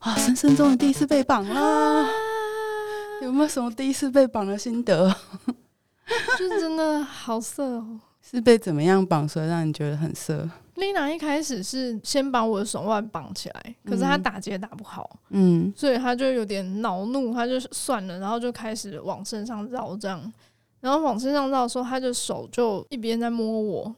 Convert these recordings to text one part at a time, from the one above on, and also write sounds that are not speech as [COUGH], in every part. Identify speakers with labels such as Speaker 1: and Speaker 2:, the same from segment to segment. Speaker 1: 啊，人生中的第一次被绑
Speaker 2: 啊
Speaker 1: 啦！有没有什么第一次被绑的心得？
Speaker 2: 就真的好色哦。
Speaker 1: 是被怎么样绑，所以让你觉得很色？
Speaker 2: Lina 一开始是先把我的手腕绑起来，可是她打结打不好，
Speaker 1: 嗯，
Speaker 2: 所以她就有点恼怒，她就算了，然后就开始往身上绕这样，然后往身上绕的时候，她的手就一边在摸我，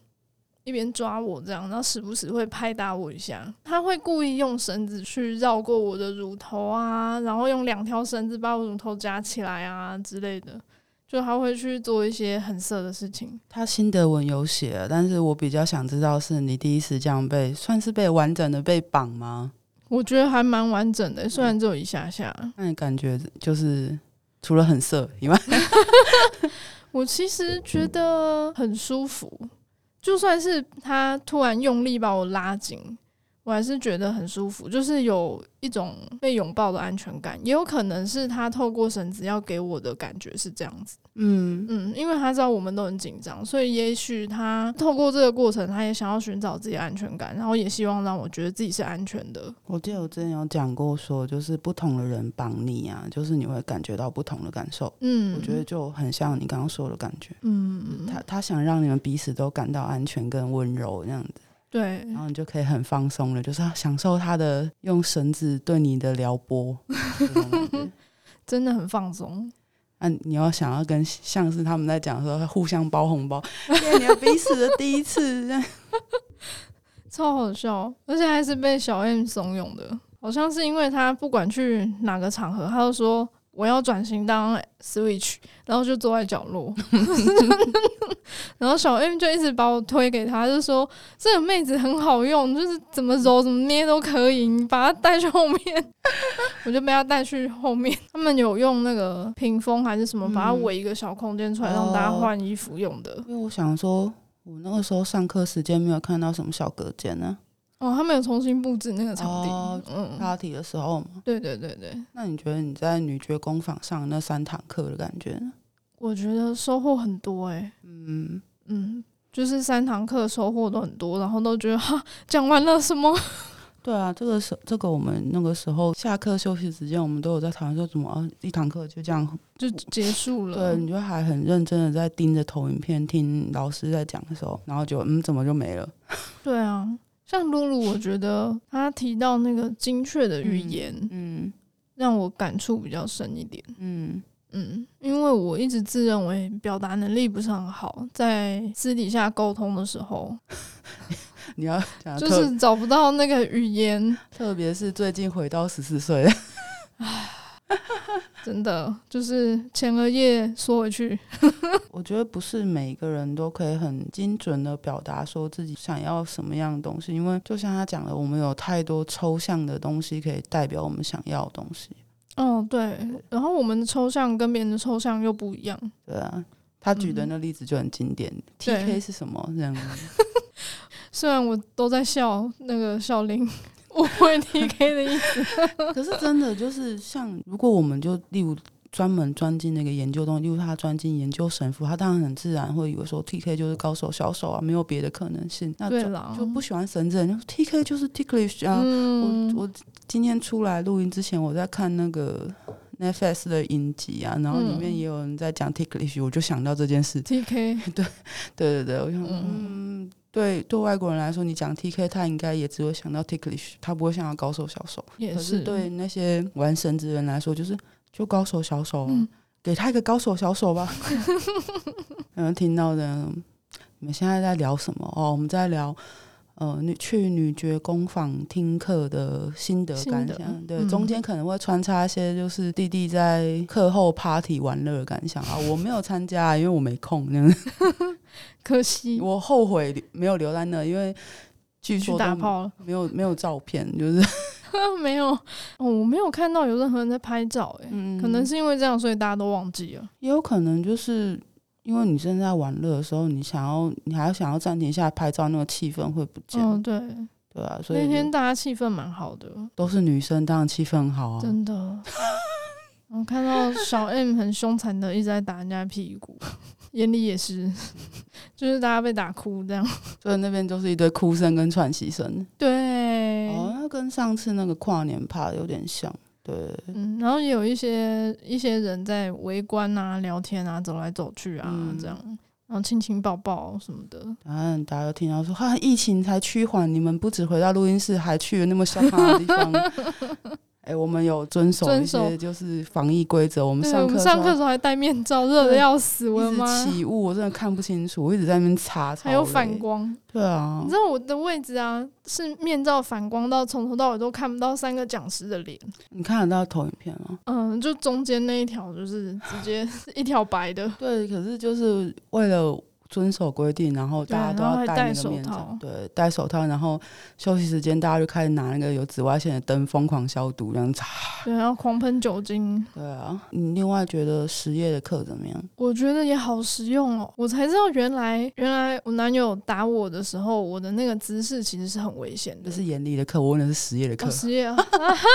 Speaker 2: 一边抓我这样，然后时不时会拍打我一下，她会故意用绳子去绕过我的乳头啊，然后用两条绳子把我乳头夹起来啊之类的，就她会去做一些很色的事情。
Speaker 1: 他心得文有写了，但是我比较想知道是你第一次这样被，算是被完整的被绑吗？
Speaker 2: 我觉得还蛮完整的，虽然只有一下下。
Speaker 1: 那你感觉就是除了很色以外，
Speaker 2: 我其实觉得很舒服，就算是他突然用力把我拉紧，我还是觉得很舒服，就是有一种被拥抱的安全感。也有可能是他透过绳子要给我的感觉是这样子，
Speaker 1: 嗯，
Speaker 2: 嗯，因为他知道我们都很紧张，所以也许他透过这个过程，他也想要寻找自己的安全感，然后也希望让我觉得自己是安全的。
Speaker 1: 我记得我之前有讲过说，就是不同的人绑你啊，就是你会感觉到不同的感受。
Speaker 2: 嗯，
Speaker 1: 我觉得，就很像你刚刚说的感觉，
Speaker 2: 嗯，
Speaker 1: 他他想让你们彼此都感到安全跟温柔这样子，
Speaker 2: 对，
Speaker 1: 然后你就可以很放松了，就是啊享受他的用绳子对你的撩拨。这种感觉
Speaker 2: 真的很放松。
Speaker 1: 那、你要想要跟像是他们在讲说互相包红包，因为你的彼此的第一次，
Speaker 2: 超好笑，而且还是被小 M 怂恿的，好像是因为他不管去哪个场合，他都说我要转型当 Switch，然后就坐在角
Speaker 1: [LAUGHS]
Speaker 2: 落，然后小 M 就一直把我推给他，就说这个妹子很好用，就是怎么揉怎么捏都可以，你把她带去后面， [LAUGHS] 我就被他带去后面。他们有用那个屏风还是什么，把它
Speaker 1: 嗯哦
Speaker 2: 围一个小空间出来，让大家换衣服用的。
Speaker 1: 因为我想说，我那个时候上课时间没有看到什么小隔间呢、
Speaker 2: 哦，他们有重新布置那个场地，
Speaker 1: 哦
Speaker 2: 嗯，
Speaker 1: party 的时候嘛。
Speaker 2: 对对对对。
Speaker 1: 那你觉得你在女爵工坊上那三堂课的感觉呢？
Speaker 2: 我觉得收获很多诶、
Speaker 1: 嗯，
Speaker 2: 嗯，就是三堂课收获都很多，然后都觉得哈讲完了什么，
Speaker 1: 对啊，这个时这个我们那个时候下课休息时间，我们都有在讨论说怎么、啊、一堂课就这样。
Speaker 2: 就结束了
Speaker 1: 对，。你就还很认真的在盯着投影片听老师在讲的时候，然后就嗯怎么就没了？
Speaker 2: 对啊，像露露，我觉得她提到那个精确的语言，
Speaker 1: 嗯
Speaker 2: 让我感触比较深一点。
Speaker 1: 嗯
Speaker 2: 嗯，因为我一直自认为表达能力不是很好，在私底下沟通的时候，
Speaker 1: 你要讲得
Speaker 2: 就
Speaker 1: 啊特
Speaker 2: 是找不到那个语言，
Speaker 1: 特别是最近回到十四
Speaker 2: [LAUGHS]
Speaker 1: 岁，
Speaker 2: 真的就是前额叶缩回去。
Speaker 1: 我觉得不是每个人都可以很精准的表达说自己想要什么样的东西，因为就像他讲的，我们有太多抽象的东西可以代表我们想要的东西。
Speaker 2: 哦，对，然后我们的抽象跟别人的抽象又不一样。
Speaker 1: 对啊，他举的那例子就很经典。
Speaker 2: 嗯对
Speaker 1: TK 是什么？这样子
Speaker 2: 虽然我都在笑那个笑林误
Speaker 1: [LAUGHS]
Speaker 2: 会 TK 的意思，
Speaker 1: 可是真的就是像，如果我们就例如。专门钻进那个研究东西，例如他钻进研究神父，他当然很自然会以为说 T K 就是高手小手啊，没有别的可能性。那
Speaker 2: 对
Speaker 1: 就
Speaker 2: 啦，
Speaker 1: 就不喜欢绳子的人，就 T K 就是 ticklish 啊，
Speaker 2: 嗯，
Speaker 1: 我我今天出来录音之前，我在看那个 Netflix 的影集啊，然后里面
Speaker 2: 嗯
Speaker 1: 也有人在讲 ticklish，我就想到这件事。
Speaker 2: TK
Speaker 1: [LAUGHS] 对对对，我想，
Speaker 2: 嗯
Speaker 1: 嗯，对，对外国人来说，你讲 TK，他应该也只会想到 ticklish，他不会想到高手小手。
Speaker 2: 也
Speaker 1: 可是对那些玩绳子的人来说，就是就高手小手啊、
Speaker 2: 嗯
Speaker 1: 给他一个高手小手
Speaker 2: [LAUGHS]
Speaker 1: 吧。然后听到的，你们现在在聊什么？哦，我们在聊。呃，女去女爵工坊听课的心得感
Speaker 2: 心得
Speaker 1: 想，对，
Speaker 2: 嗯
Speaker 1: 中间可能会穿插一些就是弟弟在课后 party 玩乐的感想啊，我没有参加，因为我没空，那样
Speaker 2: 可
Speaker 1: [LAUGHS]
Speaker 2: 惜
Speaker 1: 我后悔没有留在那，因为据
Speaker 2: 嗯去
Speaker 1: 说
Speaker 2: 打
Speaker 1: 都
Speaker 2: 炮了， [LAUGHS]
Speaker 1: 没有没有照片，就是
Speaker 2: 没有，哦，我没有看到有任何人在拍照，哎，
Speaker 1: 嗯
Speaker 2: 可能是因为这样，所以大家都忘记了。
Speaker 1: 也有可能就是因为你正在玩乐的时候，你想要你还要想要暂停下来拍照，那个气氛会不见，
Speaker 2: 哦，对，
Speaker 1: 对啊，所
Speaker 2: 那
Speaker 1: 以
Speaker 2: 天
Speaker 1: 就哦
Speaker 2: 大家气氛蛮好的，
Speaker 1: 都是女生，当然气氛好啊。
Speaker 2: 真的。 [LAUGHS] 我看到小 M 很凶残的一直在打人家屁股， [LAUGHS] 眼里也是， [LAUGHS] 就是大家被打哭这样。 [LAUGHS]
Speaker 1: 所以那边就是一堆哭声跟喘息声。
Speaker 2: 对，
Speaker 1: 哦，那跟跟上次那个跨年趴有点像，对，
Speaker 2: 嗯，然后也有一些一些人在围观啊、聊天啊、走来走去啊，
Speaker 1: 嗯
Speaker 2: 这样，然后亲亲抱抱什么的，
Speaker 1: 然后大家又听到说，哈、疫情才趋缓，你们不止回到录音室，还去了那么乡下的地方。
Speaker 2: [LAUGHS]
Speaker 1: 哎、我们有遵守一
Speaker 2: 遵守
Speaker 1: 些就是防疫规则，我们
Speaker 2: 对，
Speaker 1: 上
Speaker 2: 我
Speaker 1: 课
Speaker 2: 们
Speaker 1: 的时
Speaker 2: 上
Speaker 1: 候
Speaker 2: 课的时候还戴面罩，热的
Speaker 1: 对
Speaker 2: 要死，我的
Speaker 1: 一
Speaker 2: 妈！
Speaker 1: 直起雾，我真的看不清楚，我一直在那边擦，
Speaker 2: 还有
Speaker 1: 超累
Speaker 2: 反。光，
Speaker 1: 对啊
Speaker 2: 你知，道我的位置啊，是面罩反光到从头到尾都看不到三个讲师的脸。
Speaker 1: 你看得到投影片吗？
Speaker 2: 嗯，就中间那一条就是直接 [LAUGHS] 是一条白的，
Speaker 1: 对，可是就是为了遵守规定，然后
Speaker 2: 对啊
Speaker 1: 大家都
Speaker 2: 然
Speaker 1: 要
Speaker 2: 后还
Speaker 1: 戴
Speaker 2: 戴
Speaker 1: 那个
Speaker 2: 手
Speaker 1: 面罩
Speaker 2: 套，
Speaker 1: 对，戴手套，然后休息时间大家就开始拿那个有紫外线的灯疯狂消毒，这样子。 [LAUGHS]
Speaker 2: 对，然后狂喷酒精，
Speaker 1: 对啊，你另外觉得实业的课怎么样？
Speaker 2: 我觉得也好实用哦。我才知道原来原来我男友打我的时候，我的那个姿势其实是很危险的
Speaker 1: 这。是眼里的课，我问的是实业的课
Speaker 2: 哦，。实业啊， [LAUGHS]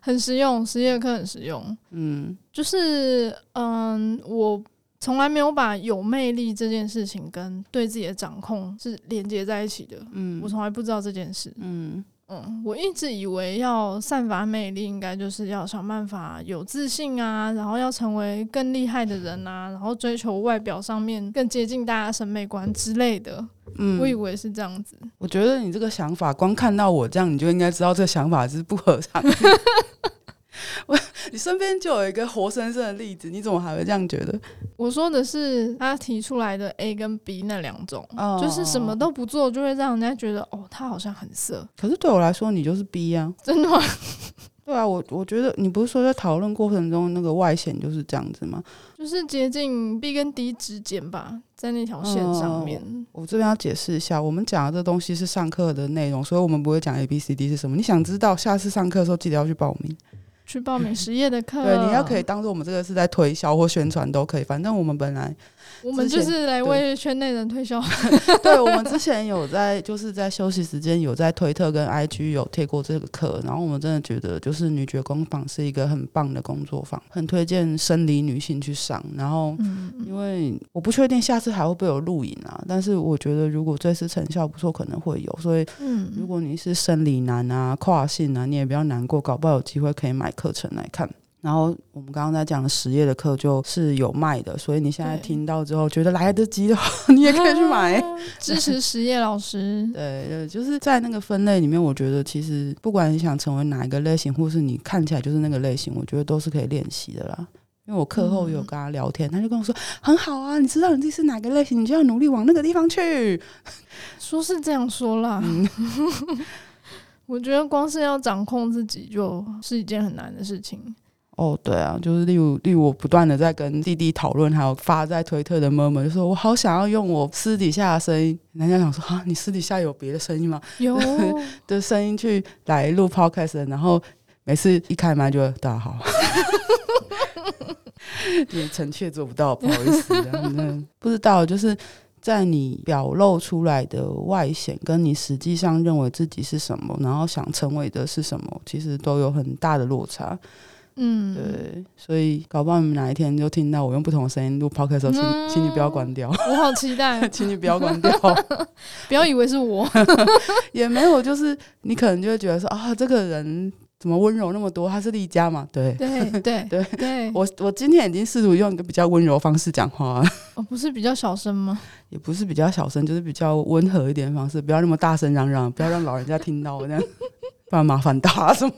Speaker 2: 很实用，实业课很实用。
Speaker 1: 嗯，
Speaker 2: 就是嗯，我从来没有把有魅力这件事情跟对自己的掌控是连接在一起的。
Speaker 1: 嗯
Speaker 2: 我从来不知道这件事。
Speaker 1: 嗯
Speaker 2: 嗯，我一直以为要散发魅力，应该就是要想办法有自信啊，然后要成为更厉害的人啊，然后追求外表上面更接近大家审美观之类的。
Speaker 1: 嗯，
Speaker 2: 我以为是这样子。
Speaker 1: 我觉得你这个想法，光看到我这样，你就应该知道这个想法是不合常理。我， [LAUGHS] 你身边就有一个活生生的例子，你怎么还会这样觉得？
Speaker 2: 我说的是他提出来的 A 跟 B 那两种，
Speaker 1: 哦
Speaker 2: 就是什么都不做，就会让人家觉得哦，他好像很色。
Speaker 1: 可是对我来说，你就是 B 啊。
Speaker 2: 真的吗？ [LAUGHS]
Speaker 1: 对啊，我我觉得你不是说在讨论过程中那个外显就是这样子吗？
Speaker 2: 就是接近 B 跟 D 之间吧，在那条
Speaker 1: 哦
Speaker 2: 线上面。
Speaker 1: 我这边要解释一下，我们讲的这东西是上课的内容，所以我们不会讲 A B C D 是什么。你想知道，下次上课的时候记得要去报名。
Speaker 2: 去报名实业的课，啊
Speaker 1: 对，你要
Speaker 2: 嗯
Speaker 1: 可以。当做我们这个是在推销或宣传都可以，反正我们本来
Speaker 2: 我们
Speaker 1: 之前
Speaker 2: 就是来为圈内人推销，
Speaker 1: [LAUGHS] 对，我们之前有在，就是在休息时间有在推特跟 IG 有贴过这个课，然后我们真的觉得就是女爵工坊是一个很棒的工作坊，很推荐生理女性去上。然
Speaker 2: 嗯
Speaker 1: 后，因为我不确定下次还会不会有录影啊，但是我觉得如果这次成效不错，可能会有。所以，如
Speaker 2: [LAUGHS] 嗯，
Speaker 1: 果你是生理男啊、跨性啊，你也不要难过，搞不好有机会可以买课程来看。然后我们刚刚在讲的实业的课就是有卖的，所以你现在
Speaker 2: 对
Speaker 1: 听到之后觉得来得及的话， [LAUGHS] 你也可以去买。
Speaker 2: 啊支持实业老师。
Speaker 1: 对对，就是在那个分类里面，我觉得其实不管你想成为哪一个类型，或是你看起来就是那个类型，我觉得都是可以练习的啦。因为我课后有跟他聊天，他就跟我说很好啊，你知道你自己是哪个类型，你就要努力往那个地方去。
Speaker 2: 说是这样说啦，
Speaker 1: 嗯
Speaker 2: [LAUGHS] 我觉得光是要掌控自己就是一件很难的事情。
Speaker 1: 哦，对啊，就是例如例如我不断的在跟弟弟讨论，还有发在推特的妈妈就说我好想要用我私底下的声音，人家想说啊，你私底下有别的声音吗？
Speaker 2: 有，
Speaker 1: 的声音去来录 podcast，然后每次一开麦就大家
Speaker 2: [LAUGHS]
Speaker 1: 好，你臣妾做不到，不好意思，然后呢，不知道就是。在你表露出来的外显，跟你实际上认为自己是什么，然后想成为的是什么，其实都有很大的落差。
Speaker 2: 嗯，
Speaker 1: [LAUGHS] 对，所以搞不好你们哪一天就听到我用不同的声音录 podcast 的时候，请、
Speaker 2: 嗯
Speaker 1: 请你不要关掉， [LAUGHS]
Speaker 2: 我好期待，哦
Speaker 1: 请你不要关掉。
Speaker 2: 不要以为是
Speaker 1: [LAUGHS]
Speaker 2: 我，
Speaker 1: 也没有，就是你可能就会觉得说啊，这个人怎么温柔那么多？他是丽佳嘛？对，
Speaker 2: 对对
Speaker 1: 对
Speaker 2: 对，
Speaker 1: 我我今天已经试图用一个比较温柔的方式讲话了，
Speaker 2: 哦，不是比较小声吗？
Speaker 1: 也不是比较小声，就是比较温和一点的方式，不要那么大声嚷嚷，不要让老人家听到，这样 [LAUGHS] 不然麻烦大家什么。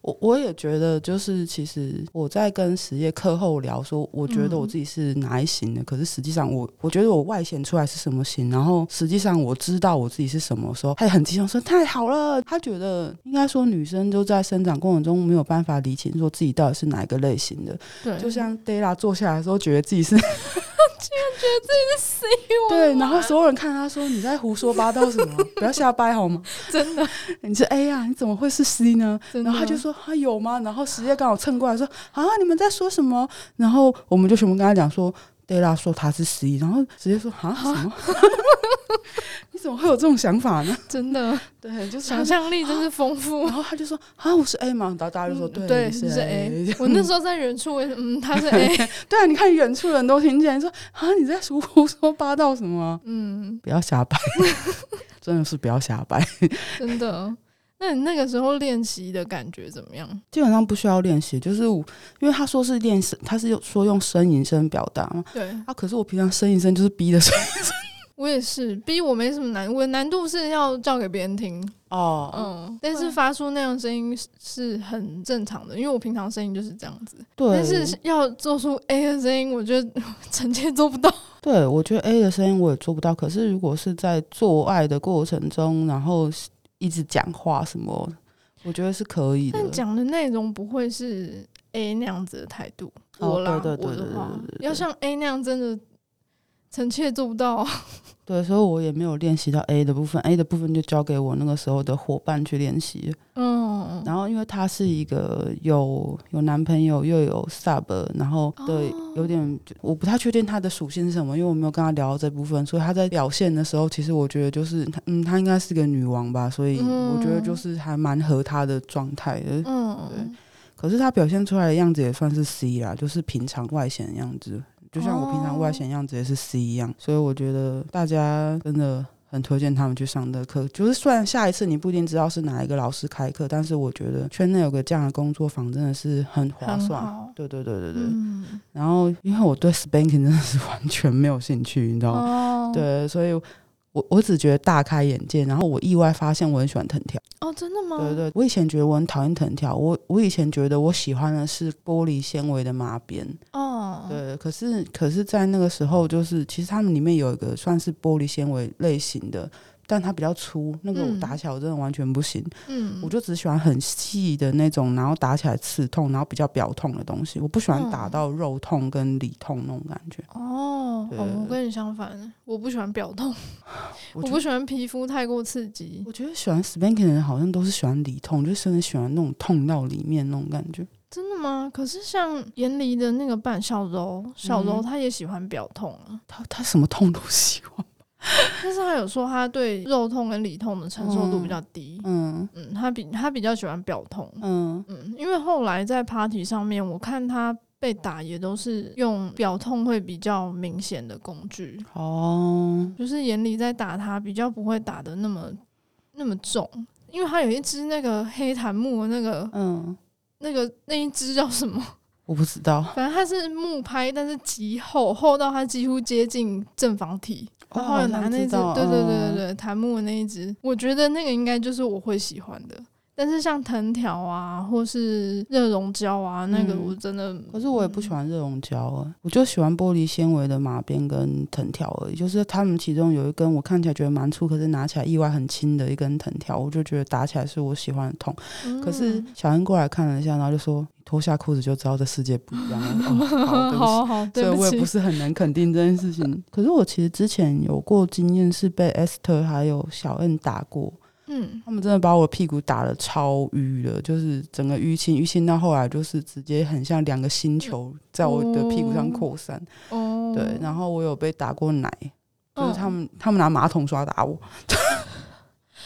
Speaker 1: 我我也觉得，就是其实我在跟实业课后聊说，我觉得我
Speaker 2: 嗯
Speaker 1: 自己是哪一型的，可是实际上我我觉得我外显出来是什么型，然后实际上我知道我自己是什么时候，他也很激动说太好了，他觉得应该说女生就在生长过程中没有办法理清说自己到底是哪一个类型的，
Speaker 2: 对，
Speaker 1: 就像 Della 坐下来的时候觉得自己是 [LAUGHS]
Speaker 2: 是因为
Speaker 1: 对，然后所有人看他说：“你在胡说八道什么？不要瞎掰 [LAUGHS] 好吗？
Speaker 2: 真的
Speaker 1: 你是 A 啊，你怎么会是 C 呢？”
Speaker 2: 真的，
Speaker 1: 然后他就说：“他、有吗？”然后实业刚好蹭过来说：“啊，你们在说什么？”然后我们就全部跟他讲说：“Della 说他是 C。”然后直接说：“啊，什么？ [LAUGHS] 你怎么会有这种想法呢 [LAUGHS]
Speaker 2: 真的？”
Speaker 1: 对，就是他
Speaker 2: 想
Speaker 1: 说。
Speaker 2: 象力真是丰富
Speaker 1: 然。后他就说：“啊，我是 A 嘛。”然后大家就说：“
Speaker 2: 嗯
Speaker 1: 对，
Speaker 2: 对，
Speaker 1: 你
Speaker 2: 是
Speaker 1: 是
Speaker 2: A
Speaker 1: A。。
Speaker 2: 我那时候在远处，我也是嗯，他是
Speaker 1: [LAUGHS]
Speaker 2: A，
Speaker 1: 对啊，你看远处的人都听见，说：“啊，你在胡胡说八道什么啊？”
Speaker 2: 嗯，
Speaker 1: [LAUGHS] 不要瞎掰，真的是不要瞎掰。
Speaker 2: 真的。哦那你那个时候练习的感觉怎么样？
Speaker 1: 基本上不需要练习，就是我因为他说是练声，他是有说用呻吟声表达嘛。
Speaker 2: 对
Speaker 1: 啊，可是我平常呻吟声就是逼的声音。
Speaker 2: 我也是，逼我没什么难，我难度是要叫给别人听，
Speaker 1: 哦，
Speaker 2: 嗯，但是发出那样声音是是很正常的，因为我平常声音就是这样子，
Speaker 1: 对，
Speaker 2: 但是要做出 A 的声音，我觉得 [LAUGHS] 臣妾做不到。
Speaker 1: [LAUGHS] 对我觉得 A 的声音我也做不到。可是如果是在做爱的过程中，然后一直讲话什么，我觉得是可以的。
Speaker 2: 但讲的内容不会是 A 那样子的态度，
Speaker 1: 哦
Speaker 2: 我啦，
Speaker 1: 对对对
Speaker 2: 我的
Speaker 1: 对
Speaker 2: 话
Speaker 1: 对对对
Speaker 2: 要像 A 那样，真的臣妾做不到啊。
Speaker 1: 对，所以我也没有练习到 A 的部分，A 的部分就交给我那个时候的伙伴去练习。
Speaker 2: 嗯，
Speaker 1: 然后因为他是一个有有男朋友又有 sub，然后对、
Speaker 2: 哦
Speaker 1: 有点我不太确定他的属性是什么，因为我没有跟他聊到这部分，所以他在表现的时候，其实我觉得就是他嗯，她应该是个女王吧，所以
Speaker 2: 嗯
Speaker 1: 我觉得就是还蛮合她的状态的。
Speaker 2: [LAUGHS] 嗯，
Speaker 1: 可是她表现出来的样子也算是 C 啦，就是平常外显的样子，就像我平
Speaker 2: 哦
Speaker 1: 常外显样子也是 C 一样，所以我觉得大家真的。很推荐他们去上的课，就是虽然下一次你不一定知道是哪一个老师开课，但是我觉得圈内有个这样的工作坊真的是很划
Speaker 2: 很
Speaker 1: 算。
Speaker 2: 好，
Speaker 1: 对对对对对。
Speaker 2: 嗯，
Speaker 1: 然后因为我对 spanking 真的是完全没有兴趣，你知道吗？
Speaker 2: 哦，，
Speaker 1: 对，所以我我只觉得大开眼界，然后我意外发现我很喜欢藤条。
Speaker 2: 哦，真的吗？
Speaker 1: 对对，我以前觉得我很讨厌藤条，我我以前觉得我喜欢的是玻璃纤维的麻边，
Speaker 2: 哦，，
Speaker 1: 对，可是可是在那个时候，就是其实他们里面有一个算是玻璃纤维类型的，但它比较粗，那个我
Speaker 2: 嗯
Speaker 1: 打起来我真的完全不行，
Speaker 2: 嗯，
Speaker 1: 我就只喜欢很细的那种，然后打起来刺痛，然后比较表痛的东西，我不喜欢打
Speaker 2: 嗯
Speaker 1: 到肉痛跟里痛那种感觉。
Speaker 2: 哦，
Speaker 1: 对
Speaker 2: 哦我跟你相反，我不喜欢表痛，
Speaker 1: [LAUGHS] 我
Speaker 2: 我
Speaker 1: 觉
Speaker 2: 不喜欢皮肤太过刺激。
Speaker 1: 我觉得喜欢 spanking 的人好像都是喜欢里痛，就甚至喜欢那种痛到里面那种感觉。
Speaker 2: 真的吗？可是像严离的那个伴小柔，小柔
Speaker 1: 嗯
Speaker 2: 她也喜欢表痛啊，
Speaker 1: 他他什么痛都喜欢。
Speaker 2: 但是她有说她对肉痛跟里痛的承受度比较低。
Speaker 1: 嗯
Speaker 2: 嗯，她比她比较喜欢表痛。
Speaker 1: 嗯，
Speaker 2: 嗯，因为后来在 party 上面，我看她被打也都是用表痛会比较明显的工具，
Speaker 1: 哦，
Speaker 2: 就是严离在打她比较不会打的那么那么重，因为她有一只那个黑檀木的那个
Speaker 1: 嗯，哦
Speaker 2: 那个那一只叫什么？ [LAUGHS]
Speaker 1: 我不知道。
Speaker 2: 反正它是木拍，但是极厚，厚到它几乎接近正方体。然
Speaker 1: 哦
Speaker 2: 后有拿那只，对对对对
Speaker 1: 对，
Speaker 2: 对，檀木的那一只，我觉得那个应该就是我会喜欢的。但是像藤条啊，或是热熔胶啊，那个
Speaker 1: 嗯
Speaker 2: 我真的，
Speaker 1: 可是我也不喜欢热熔胶啊，我就喜欢玻璃纤维的马鞭跟藤条而已。就是他们其中有一根我看起来觉得蛮粗，可是拿起来意外很轻的一根藤条，我就觉得打起来是我喜欢的痛。
Speaker 2: 嗯
Speaker 1: 可是小恩过来看了一下，然后就说：“你脱下裤子就知道这世界不一样了。 [LAUGHS] 我说”哦，好，对不起。所以
Speaker 2: [LAUGHS] 好好，对
Speaker 1: 我也
Speaker 2: 起
Speaker 1: 不，是很能肯定这件事情。可是我其实之前有过经验，是被 Esther 还有小恩打过，
Speaker 2: 嗯，
Speaker 1: 他们真的把我屁股打的超淤了，就是整个淤青，淤青到后来就是直接很像两个星球在我的屁股上扩散。
Speaker 2: 哦，
Speaker 1: 对，然后我有被打过奶，就是他
Speaker 2: 嗯
Speaker 1: 们、他们拿马桶刷打我，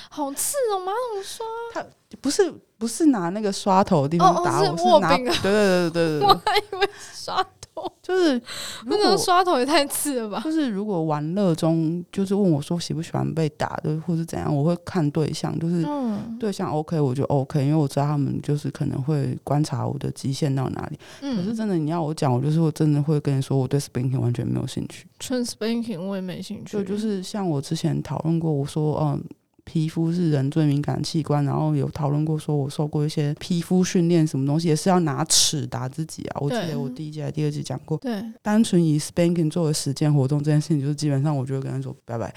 Speaker 2: 好刺哦，马桶刷，
Speaker 1: 不是不是拿那个刷头的地
Speaker 2: 哦
Speaker 1: 方
Speaker 2: 哦
Speaker 1: 打
Speaker 2: 是
Speaker 1: 我，
Speaker 2: 握
Speaker 1: 拿
Speaker 2: 柄啊
Speaker 1: 对对对对对
Speaker 2: 我 [LAUGHS]
Speaker 1: 对，
Speaker 2: 还以为是刷头，
Speaker 1: 就是如
Speaker 2: 那
Speaker 1: 果
Speaker 2: 个刷头也太刺了吧？
Speaker 1: 就是如果玩乐中，就是问我说喜不喜欢被打的，或是怎样，我会看对象，就是
Speaker 2: 嗯
Speaker 1: 对象 OK 我就 OK，因为我知道他们就是可能会观察我的极限到哪里。可是
Speaker 2: 嗯，
Speaker 1: 真的你要我讲，我就是我真的会跟你说，我对 spinning 完全没有兴趣。
Speaker 2: 纯 spanking 我也没兴
Speaker 1: 就
Speaker 2: 趣，
Speaker 1: 就是像我之前讨论过，我说嗯。皮肤是人最敏感的器官，然后有讨论过，说我受过一些皮肤训练，什么东西也是要拿尺打自己啊。我记
Speaker 2: 对嗯
Speaker 1: 得我第一集还是第二集讲过，
Speaker 2: 对，
Speaker 1: 单纯以 spanking 作为实践活动这件事情，就是基本上我就会跟他说拜
Speaker 2: [LAUGHS]
Speaker 1: 拜，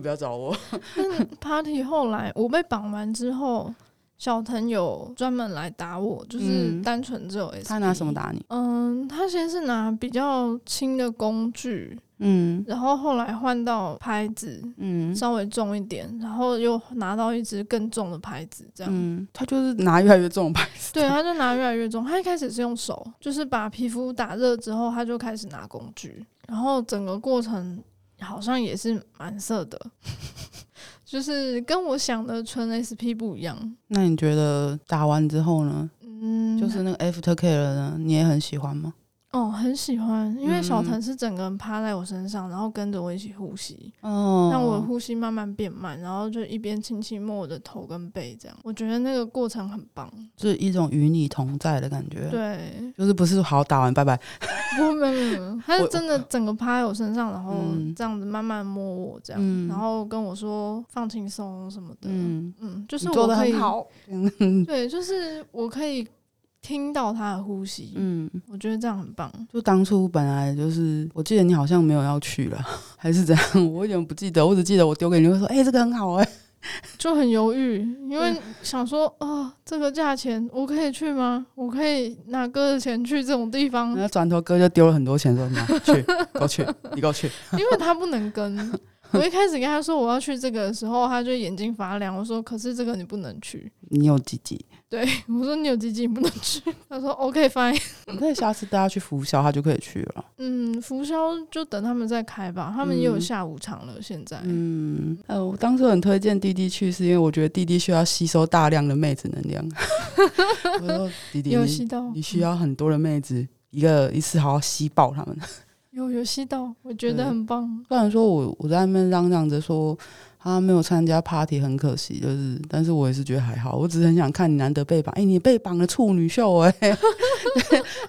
Speaker 1: 不要找我。
Speaker 2: 但 party 后来我被绑完之后，小藤有专门来打我，就是
Speaker 1: 嗯
Speaker 2: 单纯只有 S、
Speaker 1: 他拿什么？打你？
Speaker 2: 嗯，他先是拿比较轻的工具，
Speaker 1: 嗯
Speaker 2: 然后后来换到拍子，
Speaker 1: 嗯
Speaker 2: 稍微重一点，然后又拿到一支更重的拍子，这样。
Speaker 1: 嗯，他就是拿越来越重牌子。
Speaker 2: 对，他啊就拿越来越重。他一开始是用手，就是把皮肤打热之后，他就开始拿工具，然后整个过程好像也是蛮色的， [LAUGHS] 就是跟我想的纯 SP 不一样。
Speaker 1: 那你觉得打完之后呢？
Speaker 2: 嗯，
Speaker 1: 就是那个 aftercare 呢？你也很喜欢吗？
Speaker 2: 哦，很喜欢，因为小
Speaker 1: 嗯
Speaker 2: 藤是整个人趴在我身上，然后跟着我一起呼吸，
Speaker 1: 哦，
Speaker 2: 让嗯我的呼吸慢慢变慢，然后就一边轻轻摸我的头跟背，这样我觉得那个过程很棒。
Speaker 1: 就是一种与你同在的感觉。，
Speaker 2: 对，
Speaker 1: 就是不是说好打完拜拜，
Speaker 2: 不没有没有没有，他
Speaker 1: 我
Speaker 2: 是真的整个趴在我身上，然后
Speaker 1: 嗯
Speaker 2: 这样子慢慢摸我，这样，
Speaker 1: 嗯
Speaker 2: 然后跟我说放轻松什么的。嗯
Speaker 1: 嗯，
Speaker 2: 就是
Speaker 1: 你
Speaker 2: 我
Speaker 1: 做得
Speaker 2: 可以
Speaker 1: 很好，嗯
Speaker 2: 对，就是我可以听到他的呼吸，
Speaker 1: 嗯，
Speaker 2: 我觉得这样很棒。
Speaker 1: 就当初本来就是，我记得你好像没有要去了，还是怎样， [LAUGHS] 我有点不记得，我只记得我丢给你会说，哎、这个很好哎、
Speaker 2: 就很犹豫，因
Speaker 1: 嗯
Speaker 2: 为想说啊、这个价钱我可以去吗？我可以拿哥的钱去这种地方
Speaker 1: 然，后转头哥就丢了很多钱说，拿去，给我去，你给我去，
Speaker 2: [LAUGHS] 因为他不能跟。
Speaker 1: [LAUGHS]
Speaker 2: 我一开始跟他说我要去这个的时候，他就眼睛发亮。我说：“可是这个你不能去。
Speaker 1: 你有几级？”
Speaker 2: 我说：“你有鸡鸡你不能去。” [LAUGHS] 他说：“OK fine。
Speaker 1: 你可以下次带他去福校，他就可以去了。”
Speaker 2: 嗯，福销就等他们再开吧，他们也有
Speaker 1: 嗯
Speaker 2: 下午场了。现在、
Speaker 1: 嗯，呃，我当初很推荐弟弟去，是因为我觉得弟弟需要吸收大量的妹子能量。 [LAUGHS] 我说弟弟，
Speaker 2: 有
Speaker 1: 你
Speaker 2: 吸到，
Speaker 1: 你需要很多的妹子，一个一次好好吸爆他们。 [LAUGHS]
Speaker 2: 有有吸到，我觉
Speaker 1: 对
Speaker 2: 得很棒。
Speaker 1: 虽然说我我在那边嚷嚷着说他没有参加 party 很可惜，就是，但是我也是觉得还好，我只是很想看你难得被绑，哎、你被绑了处女秀哎、 [LAUGHS] 对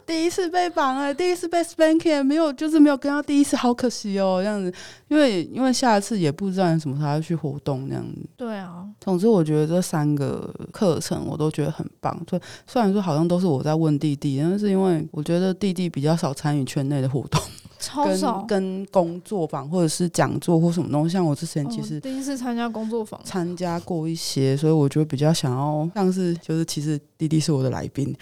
Speaker 1: 第一次被绑哎、第一次被 spanking 没有，就是没有跟到第一次，好可惜哦，这样子，因为因为下一次也不知道你什么时候要去活动那样子。
Speaker 2: 对啊，
Speaker 1: 总之，我觉得这三个课程我都觉得很棒。就虽然说好像都是我在问弟弟，但是因为我觉得弟弟比较少参与圈内的活动，
Speaker 2: 超少
Speaker 1: 跟。跟工作坊或者是讲座或什么东西。像我之前
Speaker 2: 哦
Speaker 1: 其实
Speaker 2: 第一次参加工
Speaker 1: [LAUGHS]
Speaker 2: 作坊，
Speaker 1: 参加过一些，所以我就比较想要像是就是其实弟弟是我的来宾。